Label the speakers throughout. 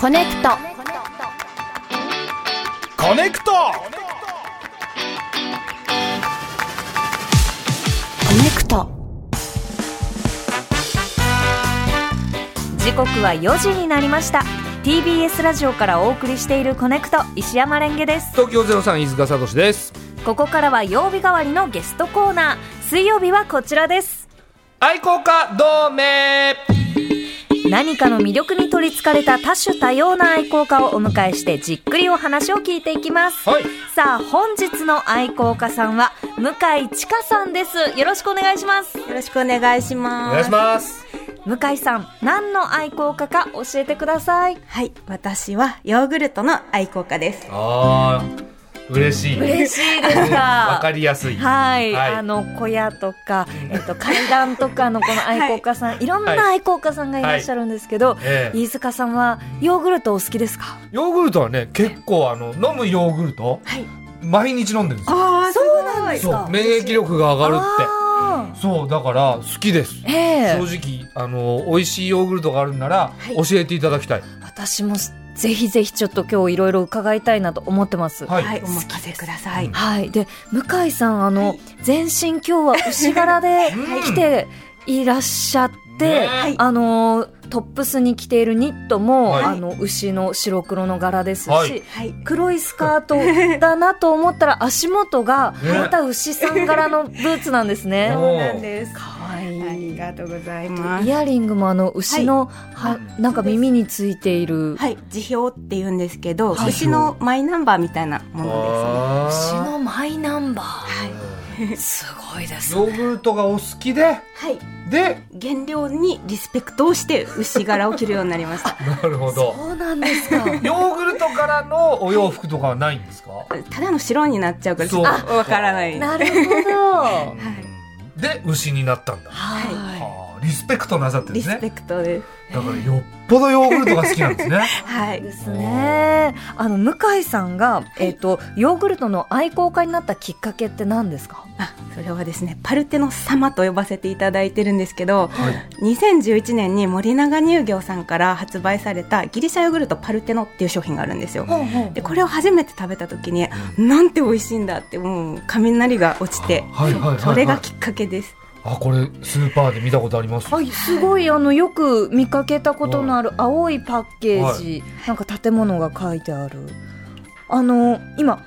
Speaker 1: コネクト
Speaker 2: コネクト
Speaker 1: コネクト
Speaker 3: 時刻は4時になりました TBS ラジオからお送りしているコネクト石山レンゲです
Speaker 2: 東京03飯塚聡です
Speaker 3: ここからは曜日代わりのゲストコーナー水曜日はこちらです
Speaker 2: 愛好家同盟
Speaker 3: 何かの魅力に取りつかれた多種多様な愛好家をお迎えしてじっくりお話を聞いていきます、
Speaker 2: はい
Speaker 3: さあ本日の愛好家さんは向井千佳さんですよろしくお願いします
Speaker 4: よろしくお願いし
Speaker 2: お
Speaker 4: ま
Speaker 2: 願い
Speaker 4: す。
Speaker 2: します
Speaker 3: 向井さん何の愛好家か教えてください
Speaker 4: はい、私はヨーグルトの愛好家です。
Speaker 2: あー嬉しい
Speaker 3: 嬉しいです
Speaker 2: わかりやすい
Speaker 3: はい、
Speaker 2: はい
Speaker 3: あの小屋とか、えっと、階段とかのこの愛好家さん、い、ろんな愛好家さんがいらっしゃるんですけど、
Speaker 2: ええ
Speaker 3: 飯塚さんはヨーグルトお好きですか
Speaker 2: ヨーグルトはね結構あの飲むヨーグルト、
Speaker 4: はい
Speaker 2: 毎日飲んでるんですよ
Speaker 4: ああ、そうなんで
Speaker 2: そう免疫力が上がるっ
Speaker 3: あ
Speaker 2: てそうだから好きです
Speaker 3: ーええ
Speaker 2: 正直あの美味しいヨーグルトがあるんなら、
Speaker 4: はい
Speaker 2: 教えていただきたい
Speaker 3: 私もぜひぜひちょっと今日いろいろ伺いたいなと思ってます。はい
Speaker 2: はい、
Speaker 4: はい、お任せください。
Speaker 3: で向井さんあの、全身今日は牛柄で
Speaker 2: うん
Speaker 3: 来ていらっしゃって、
Speaker 2: ね
Speaker 4: はい
Speaker 3: あのートップスに着ているニットも、
Speaker 2: はい
Speaker 3: あの牛の白黒の柄ですし、
Speaker 2: はい
Speaker 4: はい。
Speaker 3: 黒いスカートだなと 思ったら足元が履いた牛さん柄のブーツなんです ね。
Speaker 2: お
Speaker 4: そうなんです。
Speaker 3: 可愛
Speaker 4: あ
Speaker 3: い
Speaker 4: りがとうございます
Speaker 3: イ。ヤリングもあの牛の、はなんか耳についている、
Speaker 4: はい、辞表って言うんですけど、
Speaker 2: はい
Speaker 4: 牛のマイナンバーみたいなもの
Speaker 2: あ
Speaker 3: 牛
Speaker 2: ー
Speaker 3: のマイナンバー
Speaker 4: ですね。
Speaker 3: すごいです
Speaker 2: ヨーグルトがお好きで
Speaker 4: はい。はい。
Speaker 2: で
Speaker 4: 原料にリスペクトをして牛柄を着るようになりま した。
Speaker 2: なるほど
Speaker 3: そうなんで すか
Speaker 2: ヨーグルトからのお洋服とかはないんですか、
Speaker 4: ただの白になっちゃうから、ち
Speaker 2: そ
Speaker 4: ょ
Speaker 2: う
Speaker 4: っとわからない。
Speaker 3: なるほどは
Speaker 2: うんで牛になったんだ、
Speaker 3: い
Speaker 2: はあリスペクトなさってるん
Speaker 4: リ
Speaker 2: です
Speaker 4: スペ
Speaker 2: ね
Speaker 4: クトです。
Speaker 2: だからよっぽどヨーグルトが好きなんですね
Speaker 4: はい。
Speaker 3: ですねあの向井さんが、えっとヨーグルトの愛好家になったきっかけって何ですか
Speaker 4: あそれはですねパルテノ様と呼ばせていただいてるんですけど、
Speaker 2: はい
Speaker 4: 2011年に森永乳業さんから発売されたギリシャヨーグルトパルテノっていう商品があるんですよ。でこれを初めて食べた時になんて美味しいんだってもう雷が落ちて
Speaker 2: はいはいはいはい
Speaker 4: それがきっかけです。
Speaker 2: あこれスーパーで見たことあります
Speaker 3: はい、すごいあのよく見かけたことのある青いパッケージ、なんか建物が書いてあるあの今、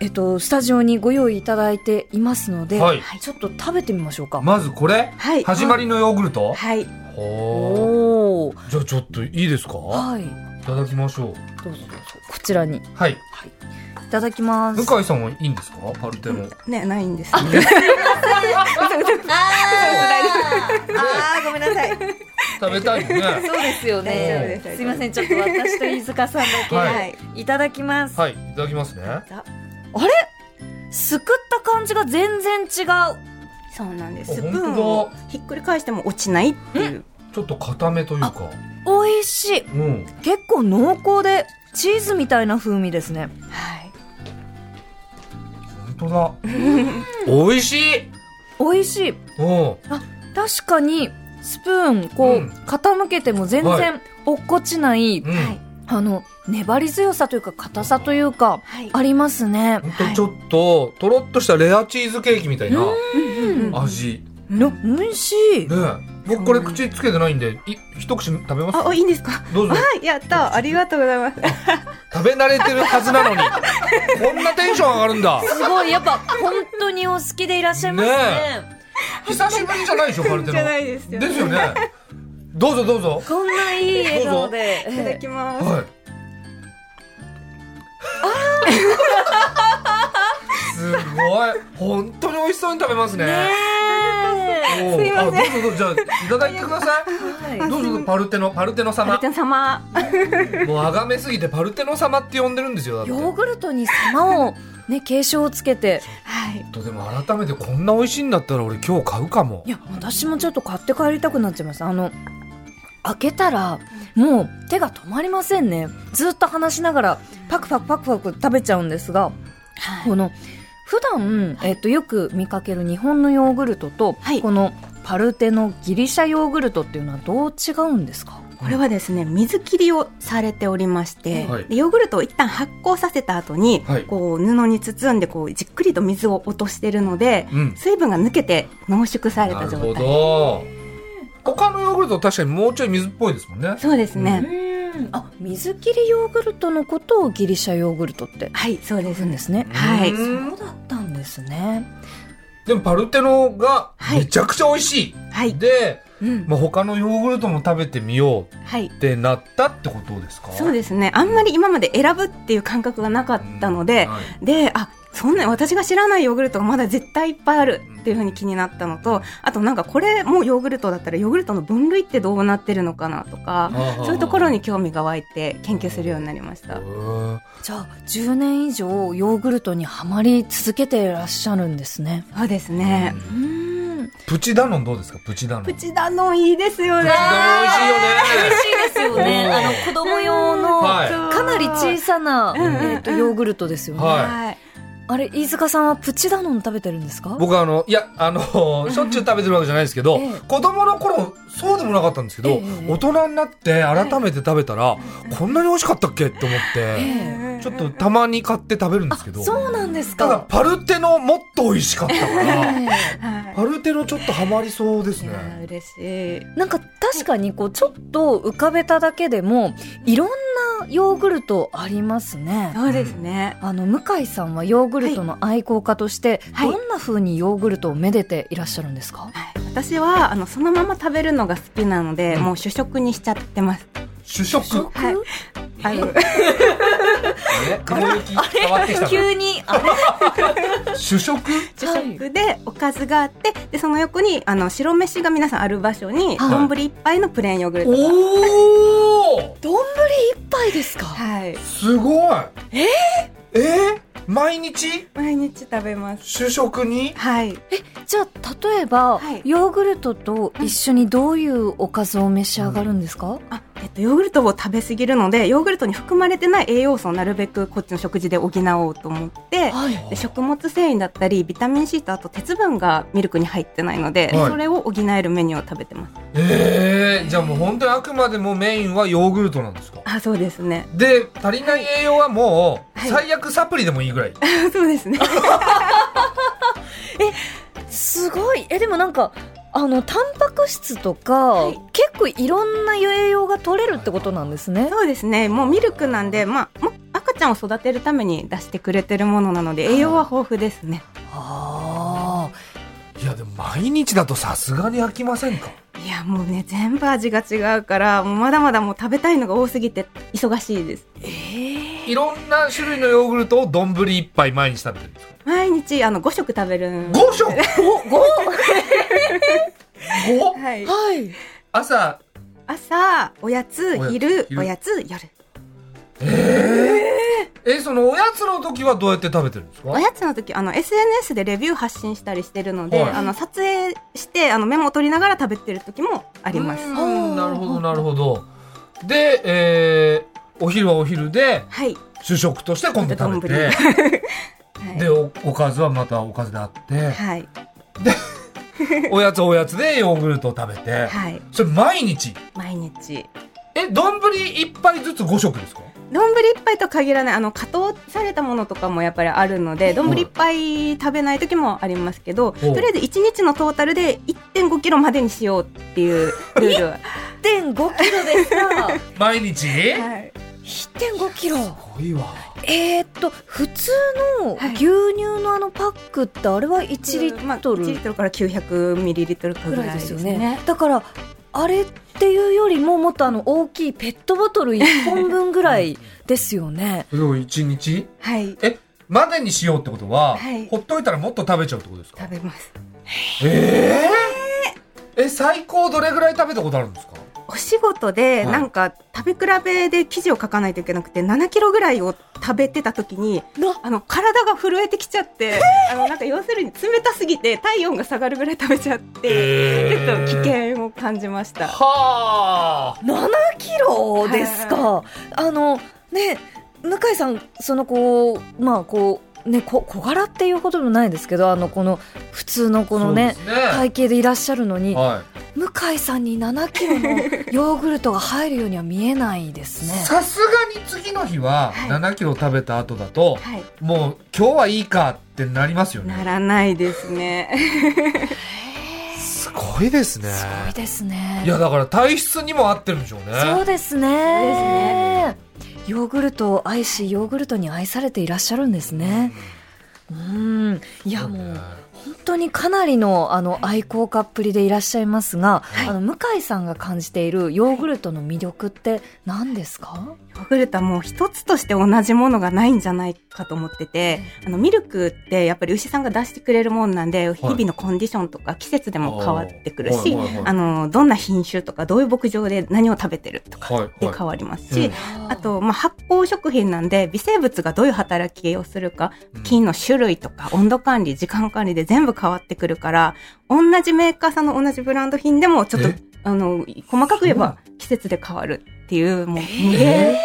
Speaker 3: えっと、スタジオにご用意いただいていますので、
Speaker 2: はい
Speaker 3: ちょっと食べてみましょうか、
Speaker 2: まずこれ
Speaker 4: はい、
Speaker 2: 始まりのヨーグルト、
Speaker 4: はい
Speaker 2: ほ
Speaker 3: おお
Speaker 2: ーじゃあちょっといいですか、
Speaker 3: はい
Speaker 2: い、ただきましょう
Speaker 3: どうぞどうぞこちらにい
Speaker 2: はい
Speaker 3: ただきます
Speaker 2: 向井さんはいいんですかパルテノ
Speaker 4: ねないんですね。
Speaker 3: あーごめんなさい
Speaker 2: 食べたいよね
Speaker 3: そうですよね
Speaker 4: 大丈夫です
Speaker 3: すいませんちょっと私と飯塚さんだけ、
Speaker 2: は い
Speaker 4: はい。
Speaker 3: い、ただきます、
Speaker 2: はいいただきますね
Speaker 3: すくった感じが全然違う
Speaker 4: そうなんです。
Speaker 2: あ
Speaker 4: スプーンを
Speaker 2: 本
Speaker 4: ひっくり返しても落ちないっていう。
Speaker 2: ちょっと固めというか
Speaker 3: 美味しい
Speaker 2: うん
Speaker 3: 結構濃厚でチーズみたいな風味ですね
Speaker 4: はい。
Speaker 2: 本当だ美味しい
Speaker 3: 美味しい
Speaker 2: うん
Speaker 3: 確かにスプーンこう、
Speaker 2: うん
Speaker 3: 傾けても全
Speaker 2: は
Speaker 3: 然落っこちない、
Speaker 2: うん
Speaker 4: はい
Speaker 3: あの粘り強さというか硬さというか
Speaker 4: はい。
Speaker 3: ありますね
Speaker 2: ほんとちょっととろっとしたレアチーズケーキみたいな
Speaker 3: うん
Speaker 2: 味
Speaker 3: の美味し
Speaker 2: ね
Speaker 3: い
Speaker 2: 僕これ口つけてないんでい一口食べます
Speaker 4: あおいいんですか。
Speaker 2: どうぞ
Speaker 4: わあやったありがとうございます。
Speaker 2: 食べ慣れてるはずなのにこんなテンション上がる んだ
Speaker 3: すごいやっぱ本当にお好きでいらっしゃいますね
Speaker 2: ね久しぶりじゃないでしょカル テ
Speaker 4: じゃな
Speaker 2: ノ
Speaker 4: いですよ。
Speaker 2: ですよねどうぞどうぞ
Speaker 3: こんないい笑顔で
Speaker 4: いただ
Speaker 3: え
Speaker 4: きます。
Speaker 2: はい すごい本当に美味しそうに食べます
Speaker 3: え
Speaker 2: ね
Speaker 3: ねえ
Speaker 2: おう
Speaker 4: すいません
Speaker 2: あどうぞどうぞじゃあいただいてください
Speaker 3: はい
Speaker 2: どうぞパルテノパルテノ
Speaker 4: パル
Speaker 2: 様
Speaker 4: テン様。
Speaker 2: もうあがめすぎてパルテノ様って呼んでるんですよだって
Speaker 3: ヨーグルトに様をね継承をつけて
Speaker 4: はい。
Speaker 2: とでも改めてこんな美味しいんだったら俺今日買うかも
Speaker 3: いや私もちょっと買って帰りたくなっちゃいますあの開けたらもう手が止まりませんねずっと話しながらパクパクパクパク食べちゃうんですがこの普段、えっと、よく見かける日本のヨーグルトと、
Speaker 4: はい
Speaker 3: このパルテのギリシャヨーグルトっていうのはどう違うんですか
Speaker 4: これはですね水切りをされておりまして、
Speaker 2: はい
Speaker 4: でヨーグルトを一旦発酵させた後に、
Speaker 2: はい
Speaker 4: こう布に包んでこうじっくりと水を落としてるので、
Speaker 2: うん
Speaker 4: 水分が抜けて濃縮され
Speaker 2: な
Speaker 4: た
Speaker 2: る
Speaker 4: 状
Speaker 2: ほ
Speaker 4: 態
Speaker 2: ど他のヨーグルトは確かにもうちょい水っぽいですもんね
Speaker 4: そうですね、
Speaker 3: うんあ水切りヨーグルトのことをギリシャヨーグルトって
Speaker 4: はいそうです
Speaker 3: 言うんですね
Speaker 4: はい
Speaker 2: うん
Speaker 3: そうだったんですね
Speaker 2: でもパルテノが
Speaker 4: はい
Speaker 2: めちゃくちゃ美味しい、
Speaker 4: はい、
Speaker 2: で、
Speaker 4: うん
Speaker 2: まあ、他のヨーグルトも食べてみよう
Speaker 4: はい
Speaker 2: ってなったってことですか
Speaker 4: そうですねあんまり今まで選ぶっていう感覚がなかったので、
Speaker 2: はい
Speaker 4: であそんな私が知らないヨーグルトがまだ絶対いっぱいあるっていうふうに気になったのとあとなんかこれもヨーグルトだったらヨーグルトの分類ってどうなってるのかなとか
Speaker 2: ああ
Speaker 4: そういうところに興味が湧いて研究するようになりまし
Speaker 2: へ
Speaker 4: た
Speaker 2: え
Speaker 3: じゃあ10年以上ヨーグルトにはまり続けていらっしゃるんですね
Speaker 4: そうですね
Speaker 3: うん
Speaker 2: プチダノンどうですかプチダノン
Speaker 4: プチダノンいいですよね
Speaker 2: プチダノン美味しいよね
Speaker 3: 嬉しいですよねあの子供用の
Speaker 2: はい
Speaker 3: かなり小さな、
Speaker 4: うんうんうん
Speaker 3: えー、とヨーグルトですよね、
Speaker 2: はい
Speaker 4: はい
Speaker 3: あれ飯塚さんはプチダノン食べてるんですか
Speaker 2: 僕あのいやあのしょっちゅう食べてるわけじゃないですけど、
Speaker 3: ええ
Speaker 2: 子供の頃そうでもなかったんですけど、
Speaker 3: ええ
Speaker 2: 大人になって改めて食べたら、こんなに美味しかったっけって思って、
Speaker 3: ええ
Speaker 2: ちょっとたまに買って食べるんですけど
Speaker 3: そうなんです
Speaker 2: ただ
Speaker 3: か
Speaker 2: パルテノもっと美味しかったか
Speaker 3: え
Speaker 2: ら
Speaker 3: え
Speaker 4: はい
Speaker 2: パルテノちょっとハマりそうです
Speaker 4: いや
Speaker 2: ね
Speaker 4: ー嬉しい
Speaker 3: なんか確かにこうちょっと浮かべただけでもいろんなヨーグルトありますね。
Speaker 4: そうですね
Speaker 3: あの向井さんはヨーグルトの愛好家として、
Speaker 4: はい
Speaker 3: どんな風にヨーグルトをめでていらっしゃるんですか、
Speaker 4: 私はあのそのまま食べるのが好きなのでもう主食にしちゃってます
Speaker 2: 主食
Speaker 4: はいあの
Speaker 2: え雲行き変わってきたな
Speaker 3: 急に あれ
Speaker 2: 主食
Speaker 4: 主食でおかずがあってでその横にあの白飯が皆さんある場所に
Speaker 3: はい
Speaker 4: 丼一杯のプレーンヨーグルトが
Speaker 2: おお
Speaker 3: 丼一杯ですか、
Speaker 4: はい
Speaker 2: すごいええ毎日
Speaker 4: 毎日食べます
Speaker 2: 主食に
Speaker 4: はい
Speaker 3: じゃあ例えば、
Speaker 4: はい
Speaker 3: ヨーグルトと一緒にどういうおかずを召し上がるんですか、
Speaker 4: あ、えっと、ヨーグルトを食べ過ぎるのでヨーグルトに含まれてない栄養素をなるべくこっちの食事で補おうと思って
Speaker 3: はい
Speaker 4: で食物繊維だったりビタミン C とあと鉄分がミルクに入ってないので、
Speaker 2: はい
Speaker 4: それを補えるメニューを食べてます
Speaker 2: ええじゃあもう本当にあくまでもメインはヨーグルトなんですか
Speaker 4: あそうですね
Speaker 2: で足りない栄養はもう
Speaker 4: はい
Speaker 2: 最悪サプリでもいいぐらい、
Speaker 4: そうですね
Speaker 3: すごいえでもなんかあのタンパク質とか、
Speaker 4: い
Speaker 3: 結構いろんな栄養が取れるってことなんですね。
Speaker 4: そうですね。もうミルクなんで、まあ、も赤ちゃんを育てるために出してくれてるものなので、栄養は豊富ですね。
Speaker 3: ああ
Speaker 2: い、やでも毎日だとさすがに飽きませんか
Speaker 4: いや、もうね、全部味が違うから、もうまだまだもう食べたいのが多すぎて、忙しいです。
Speaker 2: いろんな種類のヨーグルトを丼一杯毎日食べてるんですか
Speaker 4: 毎日、あの、5食食べるん。
Speaker 2: 5食 5?5?
Speaker 4: はい。
Speaker 3: はい
Speaker 2: 朝
Speaker 4: 朝、おやつ
Speaker 2: おや、
Speaker 4: 昼、
Speaker 2: 昼
Speaker 4: おやつ、夜。
Speaker 2: えそのおやつの時はどうやって食べてるんです
Speaker 4: お
Speaker 2: か
Speaker 4: やつの時、あの、SNS でレビュー発信したりしてるので、
Speaker 2: はい
Speaker 4: あの、撮影して、あの、メモを取りながら食べてる時もあります。
Speaker 2: うーんなるほどなるほどで、えーお昼はお昼で
Speaker 4: はい。
Speaker 2: 主食として今度食べて
Speaker 4: はい
Speaker 2: でおおかずはまたおかずであって
Speaker 4: はい。
Speaker 2: おやつはおやつでヨーグルトを食べて
Speaker 4: はい。
Speaker 2: それ毎日
Speaker 4: 毎日。
Speaker 2: え丼一杯ずつ5食ですか
Speaker 4: 丼一杯と限らないあの加糖されたものとかもやっぱりあるので丼一杯食べない時もありますけど、とりあえず1日のトータルで1 5キロまでにしようっていうルールは、
Speaker 3: 1.5キロですか。
Speaker 2: 毎日
Speaker 4: はい
Speaker 3: 1.5キロ。
Speaker 2: すごいわ
Speaker 3: えー、っと普通の
Speaker 4: はい
Speaker 3: 牛乳のあのパックってあれは1リ
Speaker 4: まあ
Speaker 3: ット
Speaker 4: 1リ
Speaker 3: ル
Speaker 4: ットルから900ミリリットル
Speaker 3: ぐ
Speaker 4: ぐら
Speaker 3: ら
Speaker 4: いで
Speaker 3: いですす
Speaker 4: よ
Speaker 3: よ
Speaker 4: ね
Speaker 3: ね。だからあれっていうよりももっとあの大きいペットボトル1本分ぐらいですよね。
Speaker 2: それを1日
Speaker 4: はい
Speaker 2: えまでにしようってことは、
Speaker 4: はい
Speaker 2: ほっといたらもっと食べちゃうってことですか
Speaker 4: 食べます
Speaker 2: えー、え最高どれぐらい食べたことあるんですか
Speaker 4: お仕事で
Speaker 2: はい
Speaker 4: なんか食べ比べで記事を書かないといけなくて7キロぐらいを食べてた時に
Speaker 3: な
Speaker 4: あの体が震えてきちゃってあのなんか要するに冷たすぎて体温が下がるぐらい食べちゃって。ちょっと危険を感じました。
Speaker 2: はあ
Speaker 3: 7キロですか、あのね向井さんそのこうまあこうねこ小柄っていうことでもないですけどあのこの普通のこのね
Speaker 2: そうですね
Speaker 3: 体型でいらっしゃるのに
Speaker 2: は
Speaker 3: 向向井さんに7キロのヨーグルトが入るようには見えないですね。
Speaker 2: さすがに次の日
Speaker 4: は
Speaker 2: は
Speaker 4: い
Speaker 2: 7キロ食べた後だと、
Speaker 4: はい
Speaker 2: もう今日はいいかってなりますよ
Speaker 4: な
Speaker 2: ね。
Speaker 4: らないですね。
Speaker 2: す ごいですね。
Speaker 3: すごいですね。
Speaker 2: いやだから体質にも合ってるんでしょうね。
Speaker 3: そうですね。ヨーグルトを愛し、ヨーグルトに愛されていらっしゃるんですね。うん、いや
Speaker 2: そうね
Speaker 3: もう。本当にかなりのあの愛好家っぷりでいらっしゃいますが、あの向井さんが感じているヨーグルトの魅力って何ですか？
Speaker 4: ヨーグルトはもう一つとして同じものがないんじゃないかと思ってて、あのミルクってやっぱり牛さんが出してくれるもんなんで、日々のコンディションとか季節でも変わってくるし、
Speaker 2: はいはいはい
Speaker 4: あの、どんな品種とかどういう牧場で何を食べてるとか
Speaker 2: はい
Speaker 4: で
Speaker 2: はい
Speaker 4: 変わります
Speaker 2: う
Speaker 4: し
Speaker 2: ん、
Speaker 4: あと、まあ、発酵食品なんで微生物がどういう働きをするか、
Speaker 2: うん
Speaker 4: 菌の種類とか温度管理時間管理で全部変わってくるから同じメーカーさんの同じブランド品でもちょっと
Speaker 2: え
Speaker 4: あの細かく言え
Speaker 2: そうなの
Speaker 4: ば季節で変わるっていうもう無限、
Speaker 2: え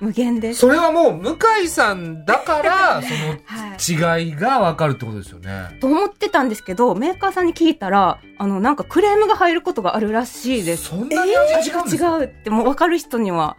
Speaker 4: 無限です。
Speaker 2: それはもう向井さんだからそ
Speaker 4: はい
Speaker 2: の違いがわかるってことですよね。
Speaker 4: と思ってたんですけどメーカーさんに聞いたらあのなんかクレームが入ることがあるらしいです。
Speaker 2: そんなに味違うんで
Speaker 4: 味
Speaker 2: すか、
Speaker 4: が違うってもう分かる人には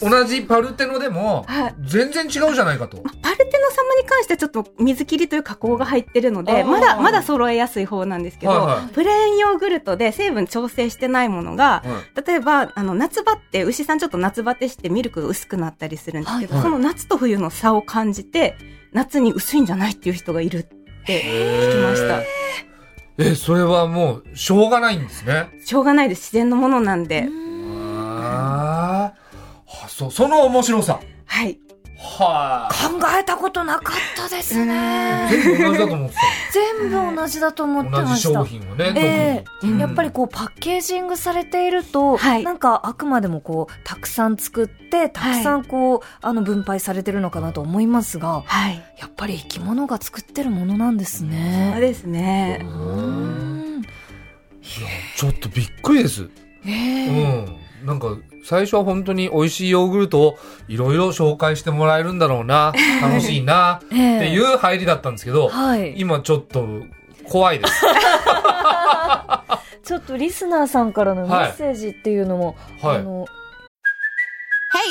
Speaker 2: 同じパルテノでも
Speaker 4: はい
Speaker 2: 全然違うじゃないかと。
Speaker 4: パルテノ様に関してはちょっと水切りという加工が入ってるので
Speaker 2: あー
Speaker 4: まだまだ揃えやすい方なんですけど、
Speaker 2: はいはい
Speaker 4: プレーンヨーグルトで成分調整してないものが、
Speaker 2: は
Speaker 4: 例えばあの夏場って牛さんちょっと夏バテしてミルクが薄くなったりするんですけど、
Speaker 2: はい
Speaker 4: その夏と冬の差を感じて夏に薄いんじゃないっていう人がいるって聞きました。
Speaker 2: え、それはもうしょうがないんですね。
Speaker 4: しょうがないです自然のものなんで、
Speaker 2: あーあ、そう、その面白さ。
Speaker 4: はい
Speaker 2: は
Speaker 3: 考えたことなかったです
Speaker 2: あ。
Speaker 3: ね。
Speaker 2: 全部同じだと思って
Speaker 3: 全部同じだと思って
Speaker 2: た。同
Speaker 3: ま
Speaker 2: じ
Speaker 3: した
Speaker 2: 商。品をね、特に。
Speaker 3: ええ
Speaker 4: うん
Speaker 3: やっぱりこうパッケージングされていると、
Speaker 4: はい
Speaker 3: なんかあくまでもこうたくさん作ってたくさんこう、あの分配されてるのかなと思いますが
Speaker 4: はい
Speaker 3: やっぱり生き物が作ってるものなんです
Speaker 4: そう
Speaker 3: ね。
Speaker 4: ですね
Speaker 3: うん
Speaker 2: ちょっとびっくりです。う
Speaker 3: ええ
Speaker 2: ん。なんか、最初は本当に美味しいヨーグルトをいろいろ紹介してもらえるんだろうな、楽しいな、っ
Speaker 3: ええ
Speaker 2: ていう入りだったんですけど、
Speaker 3: はい、
Speaker 2: 今ちょっと怖い です。
Speaker 3: ちょっとリスナーさんからのメッセージっていうのも、
Speaker 2: はい
Speaker 3: あの
Speaker 1: Hey,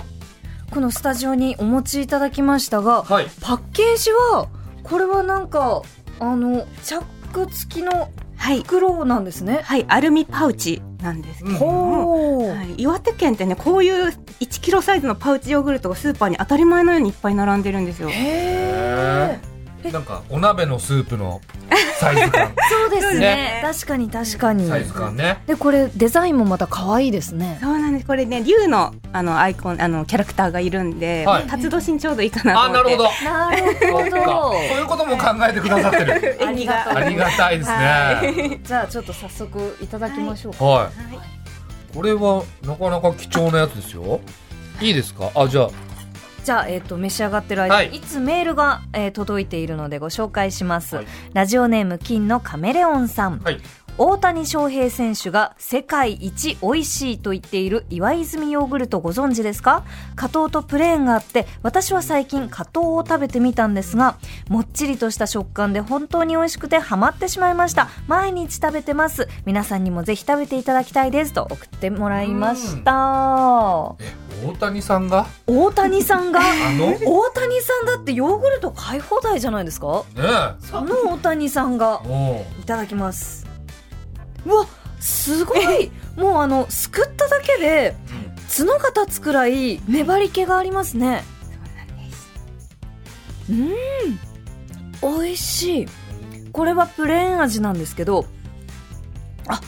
Speaker 3: このスタジオにお持ちいただきましたが
Speaker 2: はい。
Speaker 3: パッケージはこれはなんかあのチャック付きの
Speaker 4: はい、
Speaker 3: 袋なんですね
Speaker 4: はい、アルミパウチなんですけども、
Speaker 3: ほう、
Speaker 4: はい、岩手県ってねこういう1キロサイズのパウチヨーグルトがスーパーに当たり前のようにいっぱい並んでるんですよ。
Speaker 3: へえ
Speaker 2: なんかお鍋のスープのサイズ 感、
Speaker 3: そうですね
Speaker 2: ね
Speaker 3: 確かに確かに
Speaker 2: サイズ感ね。
Speaker 3: でこれデザインもまた可愛いですね
Speaker 4: そうなんですこれね竜のあのアイコンあのキャラクターがいるんで、
Speaker 2: はい
Speaker 4: 辰年にちょうどいいかなと
Speaker 2: あ、
Speaker 4: 思
Speaker 2: な
Speaker 4: って
Speaker 2: るほど。
Speaker 3: なる
Speaker 2: そっかそういうことも考えてくださってる。
Speaker 4: 縁起が
Speaker 2: ありがたいですね。
Speaker 3: じゃあちょっと早速いただきましょうか、
Speaker 2: は
Speaker 4: はい
Speaker 2: い、これはなかなか貴重なやつですよ。いいですか。あ、じゃあ、
Speaker 3: じゃあ、えっと召し上がってる間、
Speaker 2: はい
Speaker 3: い、つメールが、えー届いているのでご紹介します、
Speaker 2: はい
Speaker 3: ラジオネーム金のカメレオンさん、
Speaker 2: はい、
Speaker 3: 大谷翔平選手が世界一美味しいと言っている岩泉ヨーグルトご存知ですか加糖とプレーンがあって私は最近加糖を食べてみたんですがもっちりとした食感で本当に美味しくてハマってしまいました毎日食べてます皆さんにもぜひ食べていただきたいですと送ってもらいました
Speaker 2: え、大谷さんが
Speaker 3: 大谷さんが
Speaker 2: あ のね
Speaker 3: 大谷さんだってヨーグルト買い放題じゃないですかその大谷さんが
Speaker 2: え、も
Speaker 3: いただきますうわすごいもうあのすくっただけで角が立つくらい粘り気がありますねうん美味しいこれはプレーン味なんですけどあ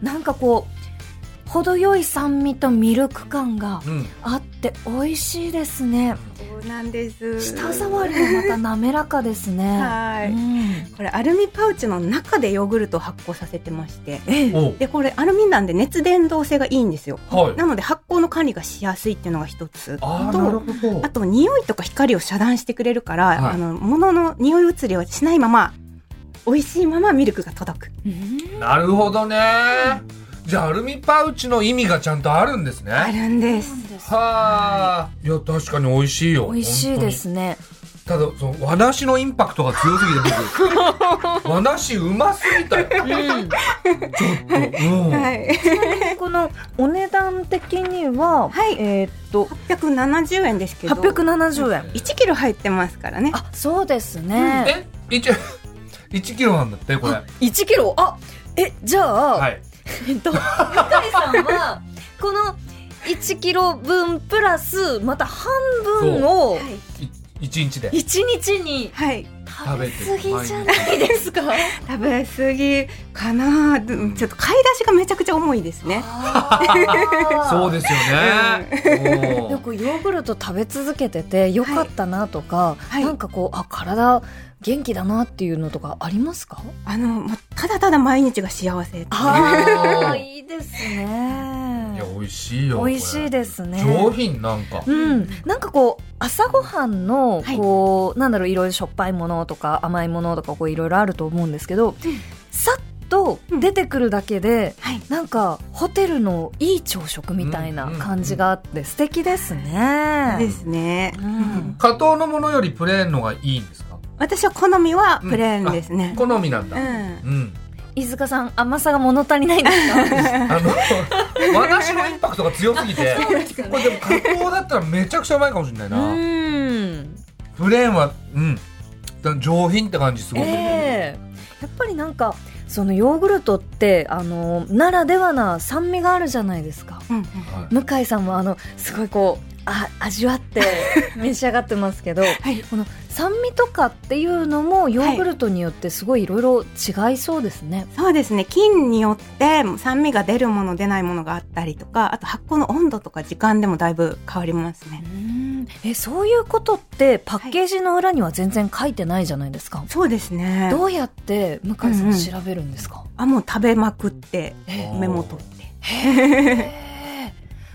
Speaker 3: なんかこう程よい酸味とミルク感が
Speaker 2: う、うん、
Speaker 3: あって美味しいですね
Speaker 4: そうなんです
Speaker 3: 舌触りがまた滑らかですね
Speaker 4: はい
Speaker 3: うん
Speaker 4: これアルミパウチの中でヨーグルトを発酵させてまして
Speaker 3: ええ
Speaker 2: お、
Speaker 4: でこれアルミなんで熱伝導性がいいんですよ
Speaker 2: はい。
Speaker 4: なので発酵の管理がしやすいっていうのが一つ
Speaker 2: あー、
Speaker 4: と
Speaker 2: なるほど
Speaker 4: あ。と匂いとか光を遮断してくれるから、
Speaker 2: はい
Speaker 4: あの物の匂い移りをしないまま美味しいままミルクが届く
Speaker 2: なるほどね。じゃあアルミパウチの意味がちゃんとあるんですね。
Speaker 4: あるんです
Speaker 2: はあ、いや確かに美味しいよ。
Speaker 3: 美味しいですね
Speaker 2: ただその和梨のインパクトが強すぎて 僕和梨うますぎたよちょっと、うん
Speaker 4: はい。
Speaker 3: このお値段的には、
Speaker 4: はい
Speaker 3: えーっと
Speaker 4: 870円ですけど。
Speaker 3: 870円
Speaker 4: 1キロ入ってますからね。
Speaker 3: あそうですね、
Speaker 2: え一1キロなんだってこれ
Speaker 3: 1キロあえじゃあ、
Speaker 2: はい
Speaker 3: えっと、向井さんは、この1キロ分プラス、また半分を
Speaker 4: はい
Speaker 2: い一日で
Speaker 3: 1日に
Speaker 4: はい。
Speaker 2: 食
Speaker 3: 食
Speaker 2: べ
Speaker 3: べ
Speaker 2: て
Speaker 3: 過ぎじゃないですか。
Speaker 4: 食べ過ぎかな。でもちょっと買い出しがめちゃくちゃ重いですね。
Speaker 2: そうですよねおー
Speaker 3: よくヨーグルト食べ続けててよかったなとか、
Speaker 4: い
Speaker 3: なんかこうあ体元気だなっていうのとかありますか？
Speaker 4: あの、まあ、ただただ毎日が幸せ。
Speaker 2: あ
Speaker 3: あ
Speaker 2: ー
Speaker 3: あいいです
Speaker 2: い
Speaker 3: ね
Speaker 2: や。美味しいよこれ
Speaker 3: 美味しいですね。
Speaker 2: 上品なんか
Speaker 3: うん、なんかこう朝ごはんの
Speaker 4: はい
Speaker 3: こう、なんだろういろいろしょっぱいものとか甘いものとかこういろいろあると思うんですけど、さっと出てくるだけで、
Speaker 4: はい
Speaker 3: なんかホテルのいい朝食みたいな感じがあって素敵です
Speaker 4: で
Speaker 3: ね。
Speaker 4: すね。
Speaker 3: うん
Speaker 2: 加糖のものよりプレーンのがいいんですか
Speaker 4: 私は好みはプレーンですね。
Speaker 2: 好みなん
Speaker 4: う
Speaker 2: だ
Speaker 4: ん。
Speaker 2: うん
Speaker 3: 飯塚さん甘さが物足りないです か？
Speaker 2: あの和菓子のインパクトが強すぎて これでも加工だったらめちゃくちゃうまいかもしれないな
Speaker 3: うん。
Speaker 2: フレーンはうんだ上品って感じすごく、
Speaker 3: ええやっぱりなんかそのヨーグルトってあのならではな酸味があるじゃないですか。
Speaker 4: うん。
Speaker 2: はい
Speaker 3: 向井さんもあのすごいこうあ味わって 召し上がってますけど、
Speaker 4: い
Speaker 3: この酸味とかっていうのもヨーグルトによってすごいいろいろ違いそうですね。
Speaker 4: そうですね菌によって酸味が出るもの出ないものがあったりとかあと発酵の温度とか時間でもだいぶ変わりますね
Speaker 3: うんえそういうことってパッケージの裏には全然書いてないじゃないですか。
Speaker 4: そうですね
Speaker 3: どうやって向井さ
Speaker 4: うん
Speaker 3: ん
Speaker 4: うん
Speaker 3: 調べるんですか、
Speaker 4: あもう食べまくって
Speaker 3: え
Speaker 2: ー
Speaker 4: メモ取って
Speaker 3: へ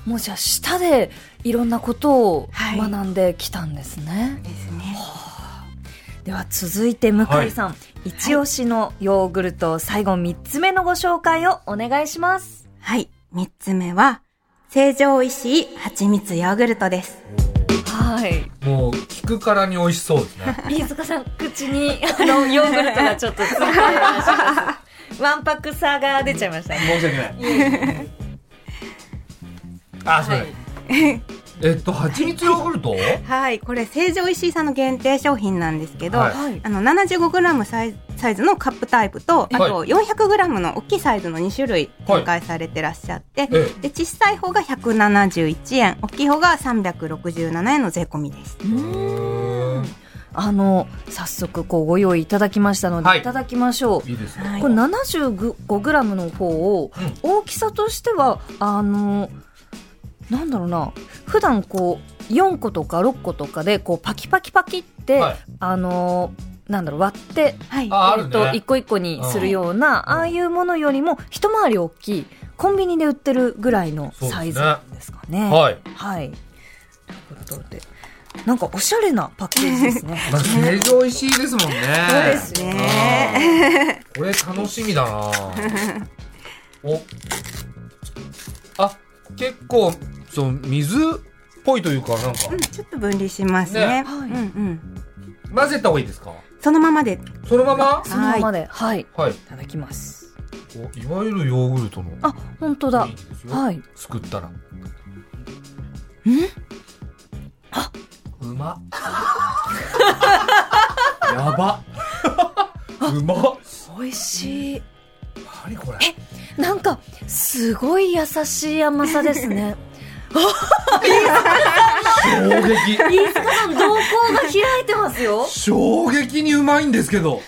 Speaker 3: ー もうじゃあ舌でいろんなことを
Speaker 4: はい
Speaker 3: 学んできたんですね。
Speaker 4: ですね
Speaker 3: では続いて向井さん、一押しのヨーグルト最後3つ目のご紹介をお願いします
Speaker 4: はい三つ目は成城石井蜂蜜ヨーグルトです
Speaker 3: はい
Speaker 2: もう聞くからに美味しそうですね
Speaker 3: 飯塚さん口 にあのヨーグルトがちょっとついてま したワンパクさが出ちゃいましたね
Speaker 2: 申し訳ない あすみません、えっと蜂蜜ヨーグルト
Speaker 4: はいこれ成城石井さんの限定商品なんですけど、
Speaker 2: はい
Speaker 3: はい
Speaker 4: あの 75g サイサイズのカップタイプとあと 400g の大きいサイズの2種類展開されてらっしゃって、
Speaker 2: え
Speaker 4: で小さい方が171円大きい方が367円の税込みです
Speaker 2: えうん
Speaker 3: あの早速こうご用意いただきましたので、
Speaker 2: はい
Speaker 3: い、ただきましょう
Speaker 2: いいですね、
Speaker 4: はい
Speaker 3: これ 75g の方を
Speaker 2: うん
Speaker 3: 大きさとしてはあのなんだろうな普段こう4個とか6個とかでこうパキパキパキって、
Speaker 2: はい
Speaker 3: あのなんだろう割って、
Speaker 4: はい
Speaker 2: ああ
Speaker 3: え
Speaker 2: る
Speaker 3: っ
Speaker 2: ね
Speaker 3: と一個一個にするような、
Speaker 2: うん
Speaker 3: ああいうものよりも一回り大きいコンビニで売ってるぐらいの
Speaker 2: そうですね
Speaker 3: サイズなんですかね。
Speaker 2: はい
Speaker 3: はい、ということでなんかおしゃれなパッケー ジですね。
Speaker 2: まあ、成城石井ですもんね
Speaker 4: そうですね
Speaker 2: うんこれ楽しみだなおあ結構そう水っぽいというかなんか
Speaker 4: うんちょっと分離しますね
Speaker 2: ね
Speaker 4: うんうん、
Speaker 2: 混ぜた方がいいですか
Speaker 4: そのままで
Speaker 2: そのまま
Speaker 3: そのままで、はい、い
Speaker 2: はい
Speaker 3: ただきます。
Speaker 2: おいわゆるヨーグルトの
Speaker 3: あ、本当だ
Speaker 2: 雰囲。気ですよ
Speaker 3: はい。
Speaker 2: 作ったらうまやばうま
Speaker 3: 美味しい。
Speaker 2: 何これ
Speaker 3: なんか、すごい優しい甘さですね。
Speaker 2: 衝撃
Speaker 3: 飯塚さん、瞳孔が開いてますよ。
Speaker 2: 衝撃にうまいんですけど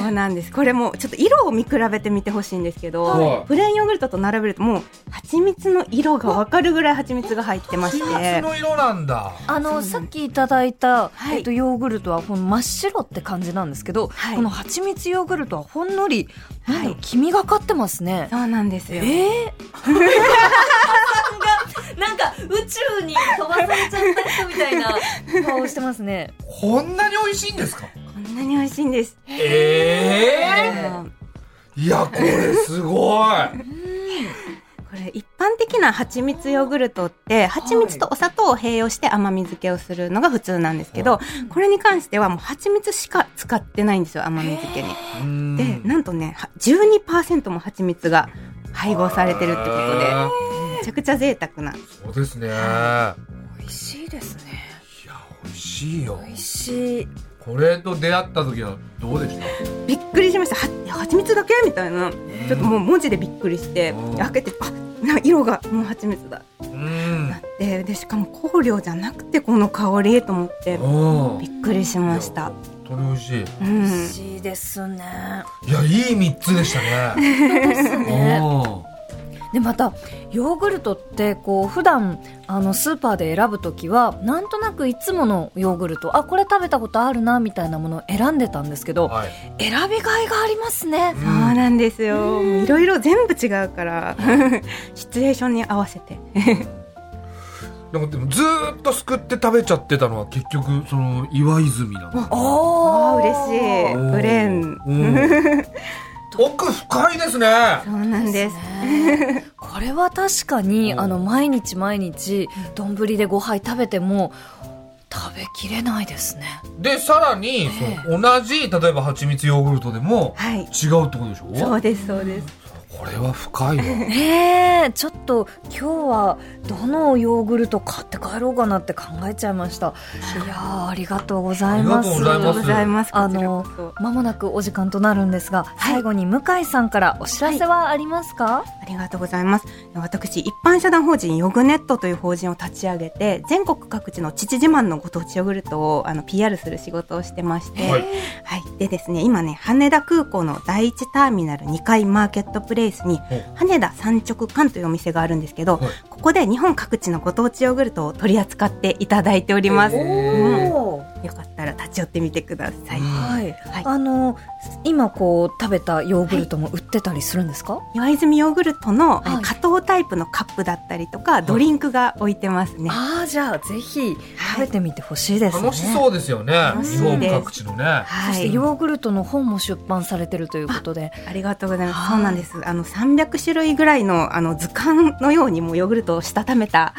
Speaker 4: そうなんですこれもちょっと色を見比べてみてほしいんですけど、
Speaker 2: はい
Speaker 4: プレーンヨーグルトと並べるともう蜂蜜の色がわかるぐらい蜂蜜が入ってまし
Speaker 2: 蜂蜜
Speaker 4: て
Speaker 2: の色なんだ
Speaker 3: あ
Speaker 4: そうな
Speaker 3: の、
Speaker 4: んです
Speaker 3: さっきいただいた、
Speaker 4: はい
Speaker 3: えっと、ヨーグルトはこの真っ白って感じなんですけど、
Speaker 4: はい
Speaker 3: この蜂蜜ヨーグルトはほんのり、なんだろう
Speaker 4: はい
Speaker 3: 黄身がかってますね。
Speaker 4: そうなんですよ
Speaker 3: ええなんか宇宙に飛ばされちゃった人みたいな顔してますね。
Speaker 2: こんなに美味しいんですか
Speaker 4: こんなに美味しいんです、
Speaker 2: え
Speaker 4: あの
Speaker 2: えいやこれすご
Speaker 4: こ
Speaker 2: い
Speaker 4: れ一般的な蜂蜜ヨーグルトって蜂蜜とお砂糖を併用して甘み付けをするのが普通なんですけど、これに関してはもう蜂蜜しか使ってないんですよ甘み付けに。
Speaker 2: うん
Speaker 4: でなんとねは12%も蜂蜜が配合されてるってことで
Speaker 2: へー
Speaker 4: めちゃくちゃ贅沢な
Speaker 2: そうですね。いや、
Speaker 3: 美味しいですね
Speaker 2: 美味しいよ。
Speaker 3: 美味しい
Speaker 2: これと出会った時はどうでした
Speaker 4: びっくりしましたは蜂蜜だけみたいなちょっともう文字でびっくりして
Speaker 2: うん
Speaker 4: 開けてあな色がもう蜂蜜だ
Speaker 2: うん
Speaker 4: な。ってでしかも香料じゃなくてこの香りと思って
Speaker 2: うん。
Speaker 4: びっくりしました。
Speaker 2: 本当に美味しい。
Speaker 4: うん
Speaker 3: 美味しいですね、
Speaker 2: いや、いい三つでした ね。
Speaker 3: ですね
Speaker 2: うん
Speaker 3: でまたヨーグルトってこう普段あのスーパーで選ぶときはなんとなくいつものヨーグルトあこれ食べたことあるなみたいなものを選んでたんですけど
Speaker 2: はい。
Speaker 3: 選びがいがありますね
Speaker 4: そうなんですよ。もういろいろ全部違うから、シチュエーションに合わせて。
Speaker 2: なんかでもずーっとすくって食べちゃってたのは結局その岩泉なの。
Speaker 3: お
Speaker 4: ああ、
Speaker 3: お
Speaker 4: 嬉しい。ブレーン。
Speaker 2: うん。奥深いですね。
Speaker 4: そうなんです。
Speaker 3: ねこれは確かに
Speaker 2: うん
Speaker 3: あの毎日毎日丼で5杯食べても食べきれないですね
Speaker 2: で、さらに、その同じ、例えば蜂蜜ヨーグルトでも
Speaker 4: はい。
Speaker 2: 違うってことでしょ
Speaker 4: そうです、そうです。
Speaker 2: これは深いわ。
Speaker 3: ねえちょっと今日はどのヨーグルト買って帰ろうかなって考えちゃいましたいやーありがとうございます
Speaker 2: ありがと
Speaker 4: ありが
Speaker 2: うござい
Speaker 4: とうございます。
Speaker 3: あ
Speaker 4: あ
Speaker 3: の
Speaker 4: の、
Speaker 3: まもなくお時間となるんですが、最後に向井さんからお知らせはあります
Speaker 4: あ
Speaker 3: か、
Speaker 4: りがとうございます。私、一般社団法人ヨグネットという法人を立ち上げて、全国各地の父自慢のご当地ヨーグルトをあの PR する仕事をしてまして、
Speaker 2: はい
Speaker 4: はい。でですね、今ね、羽田空港の第一ターミナル2階マーケットプレイスに
Speaker 2: はい、
Speaker 4: 羽田三直館というお店があるんですけど、
Speaker 2: はい
Speaker 4: ここで日本各地のご当地ヨーグルトを取り扱っていただいております。うん
Speaker 3: おー
Speaker 4: よかったら立ち寄ってみてください。
Speaker 3: はい、
Speaker 4: はい
Speaker 3: あの今こう食べたヨーグルトも売ってたりするんですか、
Speaker 4: 岩泉ヨーグルトの、
Speaker 3: はい
Speaker 4: 加糖タイプのカップだったりとか、ドリンクが置いてますね。
Speaker 3: ああじゃあぜひ食べてみてほしいですね、
Speaker 2: 楽しそうですよね。
Speaker 4: し
Speaker 2: 日
Speaker 4: いです
Speaker 2: 本各地のね。
Speaker 3: そ
Speaker 4: は
Speaker 3: してヨーグルトの本も出版されてるということで
Speaker 4: ありがとうございます。
Speaker 3: はい
Speaker 4: そうなんです。あの300種類ぐらいのあの図鑑のようにもうヨーグルトをしたためた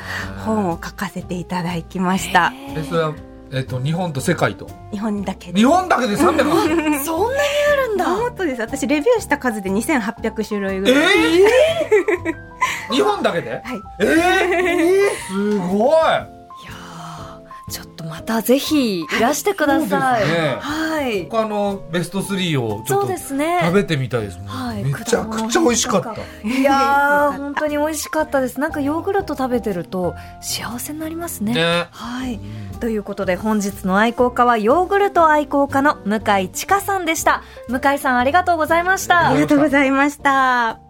Speaker 4: 本を書かせていただきました。
Speaker 2: えそれはえっと日本と世界と
Speaker 4: 日本だけで
Speaker 2: 日。本だけで300本
Speaker 3: そんなにあるんだ
Speaker 4: もっとです。私レビューした数で2800種類
Speaker 2: え
Speaker 4: ぐ
Speaker 2: ー
Speaker 4: らい。
Speaker 2: 日本だけで
Speaker 4: はい。
Speaker 2: えーすごい
Speaker 3: いやーちょっとまたぜひいらしてください、
Speaker 2: そうですね
Speaker 3: はい
Speaker 2: 僕あのベスト3をちょ
Speaker 3: そ
Speaker 2: っと
Speaker 3: うですね
Speaker 2: 食べてみたいですもん、
Speaker 3: はい
Speaker 2: めちゃくちゃ美味しかった
Speaker 3: いやー本当に美味しかったですなんかヨーグルト食べてると幸せになりますね
Speaker 2: ね
Speaker 3: はいということで本日の愛好家はヨーグルト愛好家の向井千佳さんでした向井さんありがとうございました
Speaker 4: ありがとうございました。